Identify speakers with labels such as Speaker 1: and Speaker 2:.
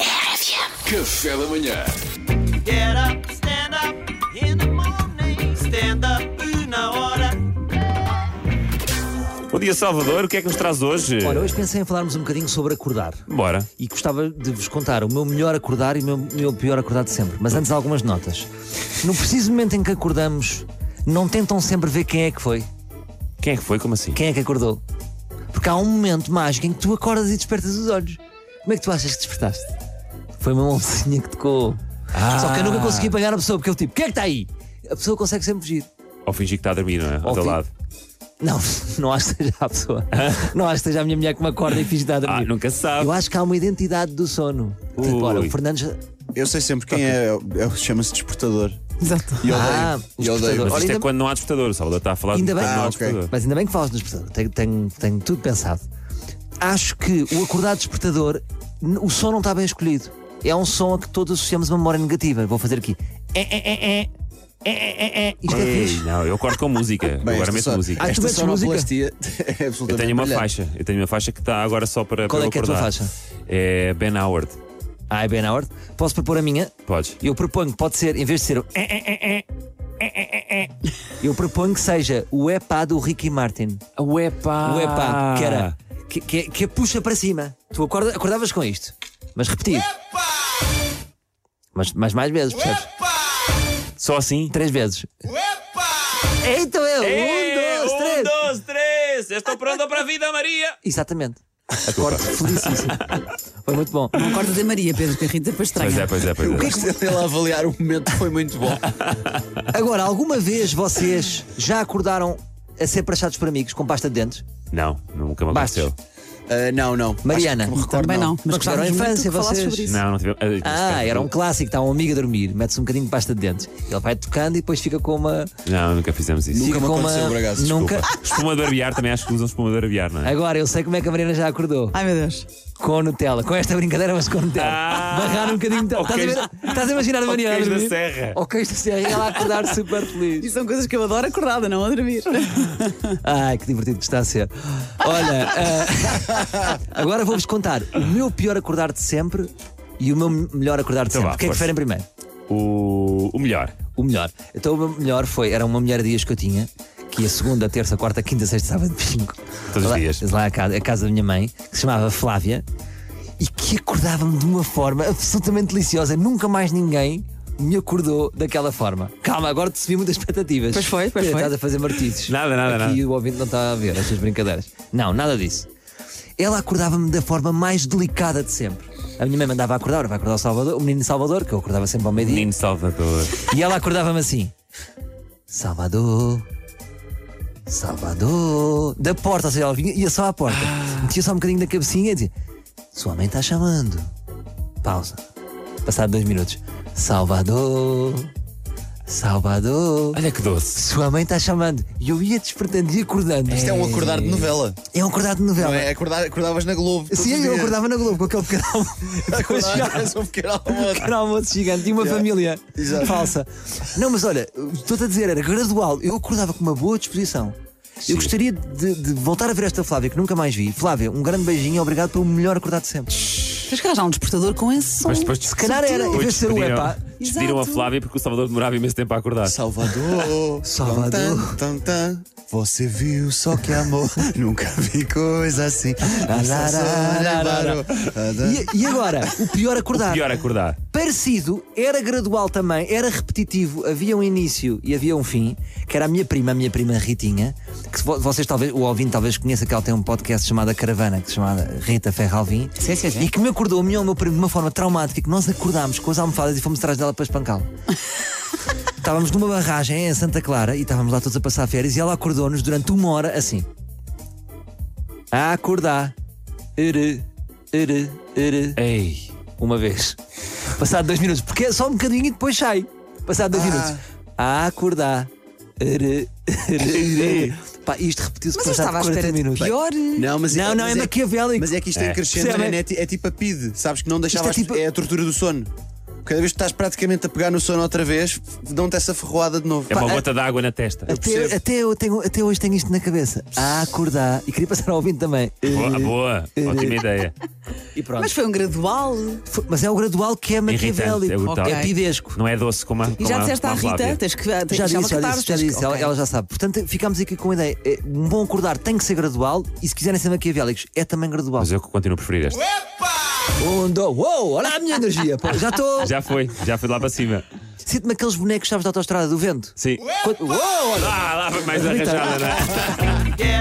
Speaker 1: FM.
Speaker 2: Café da manhã.
Speaker 3: Get up, stand up in the morning. Stand up na hora.
Speaker 4: Bom dia, Salvador. O que é que nos traz hoje?
Speaker 5: Olha, hoje pensei em falarmos um bocadinho sobre acordar.
Speaker 4: Bora.
Speaker 5: E gostava de vos contar o meu melhor acordar e o meu, meu pior acordar de sempre. Mas antes, algumas notas. No preciso momento em que acordamos, não tentam sempre ver quem é que foi,
Speaker 4: Quem é que foi? Como assim?
Speaker 5: quem é que acordou. Porque há um momento mágico em que tu acordas e despertas os olhos. Como é que tu achas que despertaste? Foi uma mãozinha que tocou.
Speaker 4: Ah.
Speaker 5: Só que eu nunca consegui apanhar a pessoa, porque eu tipo, quem é que está aí? A pessoa consegue sempre fugir.
Speaker 4: Ou fingir que está a dormir, não é? Ao
Speaker 5: Ou
Speaker 4: teu
Speaker 5: fi-
Speaker 4: lado.
Speaker 5: Não, não acho que seja a pessoa. Não acho que seja a minha mulher que me acorda e finge que está a
Speaker 4: Ah,
Speaker 5: dormir.
Speaker 4: nunca se sabe.
Speaker 5: Eu acho que há uma identidade do sono. Tipo, olha,
Speaker 4: Ui.
Speaker 5: o Fernandes.
Speaker 6: Eu sei sempre quem é, é- chama-se despertador.
Speaker 5: Exato.
Speaker 6: E eu odeio.
Speaker 5: ah,
Speaker 6: E eu odeio.
Speaker 5: o despertador.
Speaker 4: Mas
Speaker 5: Olha,
Speaker 4: isto é
Speaker 5: ainda-
Speaker 4: quando não há despertador. O Salvador está a falar de
Speaker 5: Ainda
Speaker 4: quando
Speaker 5: bem-
Speaker 4: não há
Speaker 6: Ah, ok.
Speaker 4: despertador.
Speaker 5: Mas ainda bem que falas no despertador. Tenho, tenho, tenho tudo pensado. Acho que o acordar despertador, n- o som não está bem escolhido. É um som a que todos associamos uma memória negativa. Vou fazer aqui. É, é, é, é. É, é, é, é. Isto é
Speaker 4: Ei,
Speaker 5: fixe.
Speaker 4: não, eu acordo com música. Eu agora
Speaker 6: esta
Speaker 4: meto
Speaker 6: só-
Speaker 4: música.
Speaker 5: Ah, tu
Speaker 6: Esta
Speaker 5: metes
Speaker 6: sonoplastia é
Speaker 4: Eu
Speaker 6: absolutamente.
Speaker 4: tenho uma
Speaker 6: brilhante.
Speaker 4: faixa. Eu tenho uma faixa que está agora só para.
Speaker 5: Qual
Speaker 4: para
Speaker 5: é
Speaker 4: eu
Speaker 5: que é a tua
Speaker 4: acordar.
Speaker 5: faixa?
Speaker 4: É Ben Howard.
Speaker 5: Ah, é bem na hora. Posso propor a minha?
Speaker 4: Podes.
Speaker 5: Eu proponho que pode ser, em vez de ser o. É, é, é, é. É, é, é, é. Eu proponho que seja o epá do Ricky Martin.
Speaker 4: A Uepa.
Speaker 5: O epá, que era. Que, que, que a puxa para cima. Tu acorda- acordavas com isto. Mas repetido. Mas, mas mais vezes, percebes?
Speaker 4: Só assim?
Speaker 5: Três vezes. Eita, eu!
Speaker 4: É,
Speaker 5: Um, dois, três!
Speaker 4: Um, dois, três. Eu Estou pronto para a vida, Maria.
Speaker 5: Exatamente. Acorde felicíssimo. Foi muito bom.
Speaker 7: Acorda da Maria, Pedro, que a Rita depois estranha.
Speaker 4: Pois é, pois é, pois é.
Speaker 6: Ele a avaliar o momento foi muito bom.
Speaker 5: Agora, alguma vez vocês já acordaram a ser prachados por amigos com pasta de dentes?
Speaker 4: Não, nunca me
Speaker 5: Bastos.
Speaker 4: aconteceu.
Speaker 6: Ah, não, não.
Speaker 5: Mariana.
Speaker 6: Acho que me recordo,
Speaker 7: Também não,
Speaker 5: Não tiveram
Speaker 7: mas gostávamos muito
Speaker 5: infância,
Speaker 7: que falasses
Speaker 5: vocês?
Speaker 7: sobre isso.
Speaker 4: Não, não tive.
Speaker 5: Ah, era um clássico. Está um amigo a dormir, mete-se um bocadinho de pasta de dentes. Ele vai tocando e depois fica com uma.
Speaker 4: Não, nunca fizemos isso.
Speaker 6: Nunca
Speaker 5: fica
Speaker 6: me
Speaker 5: com
Speaker 6: aconteceu,
Speaker 5: uma...
Speaker 6: por acaso,
Speaker 5: Nunca.
Speaker 4: Espuma de barbear, também acho que usam espuma de barbear, não é?
Speaker 5: Agora, eu sei como é que a Mariana já acordou.
Speaker 7: Ai meu Deus.
Speaker 5: Com a Nutella, com esta brincadeira, mas com a Nutella.
Speaker 4: Ah!
Speaker 5: Barrar um bocadinho de
Speaker 4: Ao
Speaker 5: Estás a
Speaker 4: queijo-
Speaker 5: ver- Estás a imaginar a Mariana?
Speaker 4: queijo
Speaker 5: a
Speaker 4: da
Speaker 5: dormir?
Speaker 4: serra.
Speaker 5: Ao queijo da serra, e ela a acordar super feliz.
Speaker 7: E são coisas que eu adoro acordada, não a dormir.
Speaker 5: Ai, que divertido que está a ser. Olha, ah, agora vou-vos contar o meu pior acordar de sempre e o meu melhor acordar de
Speaker 4: Então
Speaker 5: sempre.
Speaker 4: vá,
Speaker 5: O que é que
Speaker 4: força.
Speaker 5: preferem primeiro?
Speaker 4: O, o melhor.
Speaker 5: O melhor. Então o meu melhor foi, era uma mulher de dias que eu tinha, que ia segunda, terça, quarta, quinta, sexta, sábado, domingo.
Speaker 4: Todos os
Speaker 5: lá,
Speaker 4: dias.
Speaker 5: Lá a casa, a casa da minha mãe, que se chamava Flávia, e que acordava-me de uma forma absolutamente deliciosa. Nunca mais ninguém me acordou daquela forma. Calma, agora te subi muitas expectativas.
Speaker 7: Pois foi, pois
Speaker 5: Pedro,
Speaker 7: foi.
Speaker 5: Estás a fazer martícios.
Speaker 4: Nada, nada,
Speaker 5: Aqui o ouvinte não está a ver as suas brincadeiras. Não, nada disso. Ela acordava-me da forma mais delicada de sempre. A minha mãe mandava acordar, "Ora, vai acordar o Salvador, o menino Salvador, que eu acordava sempre ao meio-dia.
Speaker 4: Menino Salvador.
Speaker 5: E ela acordava-me assim: Salvador, Salvador. Da porta, ou seja, ela vinha, ia só à porta.
Speaker 6: Ah.
Speaker 5: Metia só um bocadinho da cabecinha e dizia: Sua mãe está chamando. Pausa. Passado dois minutos: Salvador, Salvador.
Speaker 4: Olha que doce.
Speaker 5: Sua mãe está chamando. E eu ia despertando e acordando.
Speaker 6: Isto é um acordar de novela.
Speaker 5: É um acordar de novela.
Speaker 6: Não é? Acordar, acordavas na Globo. todos os
Speaker 5: Sim, eu
Speaker 6: dias.
Speaker 5: acordava na Globo com aquele pequeno almoço.
Speaker 6: Acordavas um pequeno almoço.
Speaker 5: Era um almoço gigante e uma família
Speaker 6: Exato.
Speaker 5: falsa. Não, mas olha, estou-te a dizer, era gradual. Eu acordava com uma boa disposição. Eu gostaria de, de voltar a ver esta Flávia, que nunca mais vi. Flávia, um grande beijinho e obrigado pelo melhor acordar de sempre.
Speaker 7: Tens que arranjar um despertador com esse som.
Speaker 4: Mas depois
Speaker 5: Se calhar era, em
Speaker 4: depois
Speaker 5: vez de ser o
Speaker 4: despediram-
Speaker 5: epá.
Speaker 4: Despediram a
Speaker 7: Exato.
Speaker 4: Flávia porque o Salvador demorava imenso tempo a acordar.
Speaker 6: Salvador.
Speaker 5: Salvador.
Speaker 6: Tam, tam, tam. Você viu só que amor. Nunca vi coisa assim.
Speaker 5: E, e agora, o pior acordar.
Speaker 4: Pior acordar.
Speaker 5: Parecido, era gradual também, era repetitivo, havia um início e havia um fim, que era a minha prima, a minha prima Ritinha, que se vo- vocês talvez, o ouvinte talvez conheça que ela tem um podcast chamado A Caravana, que se chama Rita Ferralvim,
Speaker 7: Sim, sim, sim.
Speaker 5: e que me acordou a mim ou o meu primo de uma forma traumática, que nós acordámos com as almofadas e fomos atrás dela para espancá-la. estávamos numa barragem em Santa Clara e estávamos lá todos a passar férias e ela acordou-nos durante uma hora assim. A acordar. Ere, ere, ere
Speaker 4: Ei.
Speaker 5: uma vez. Passado dois minutos, porque é só um bocadinho e depois sai. Passado
Speaker 7: Ah.
Speaker 5: dois minutos. A acordar. Ere, ere, ere. Pá, isto repetiu-se
Speaker 7: Mas eu
Speaker 5: passado
Speaker 7: estava à
Speaker 5: 40
Speaker 7: espera de
Speaker 5: minutos.
Speaker 7: pior.
Speaker 6: Não, mas
Speaker 5: Não, não, é maquiavélico.
Speaker 6: Mas é que isto
Speaker 4: É.
Speaker 6: é, crescendo,
Speaker 5: Percebem?
Speaker 6: é, ti- é tipo a PID, sabes que não deixava
Speaker 5: Isto é
Speaker 6: as-
Speaker 5: tipo-
Speaker 6: é a tortura do sono. Cada vez que estás praticamente a pegar no sono outra vez, dão-te essa ferroada de novo.
Speaker 4: É uma gota de água na testa.
Speaker 5: Até,
Speaker 6: percebo.
Speaker 5: até eu tenho, até hoje tenho isto na cabeça. A acordar. E queria passar ao ouvinte também.
Speaker 4: Boa, boa, ótima ideia.
Speaker 5: E pronto.
Speaker 7: Mas
Speaker 5: Mas,
Speaker 7: foi um gradual.
Speaker 5: foi- mas é o gradual que é
Speaker 4: Irritante, é
Speaker 5: maquiavélico.
Speaker 4: brutal.
Speaker 5: É pidesco.
Speaker 4: Não é doce como a
Speaker 7: E já disseste à Rita, tens que tens
Speaker 5: Já
Speaker 7: que
Speaker 5: disse, já
Speaker 7: chamar
Speaker 5: disse, já disse,
Speaker 7: catástrofes.
Speaker 5: ela,
Speaker 7: Ok.
Speaker 5: ela já sabe. Portanto, ficámos aqui com a ideia. É, Um bom acordar tem que ser gradual e se quiserem ser maquiavélicos, é também gradual.
Speaker 4: Mas eu continuo a preferir esta.
Speaker 5: Um, dois, uou, olha a minha energia. pá. Já estou.
Speaker 4: Já foi, já foi lá para cima.
Speaker 5: Sinto-me aqueles bonecos, sabes, da autostrada do vento.
Speaker 4: Sim.
Speaker 5: Quando- Uou, olha.
Speaker 4: Ah, lá foi mais arranjada, não é?
Speaker 3: Yeah.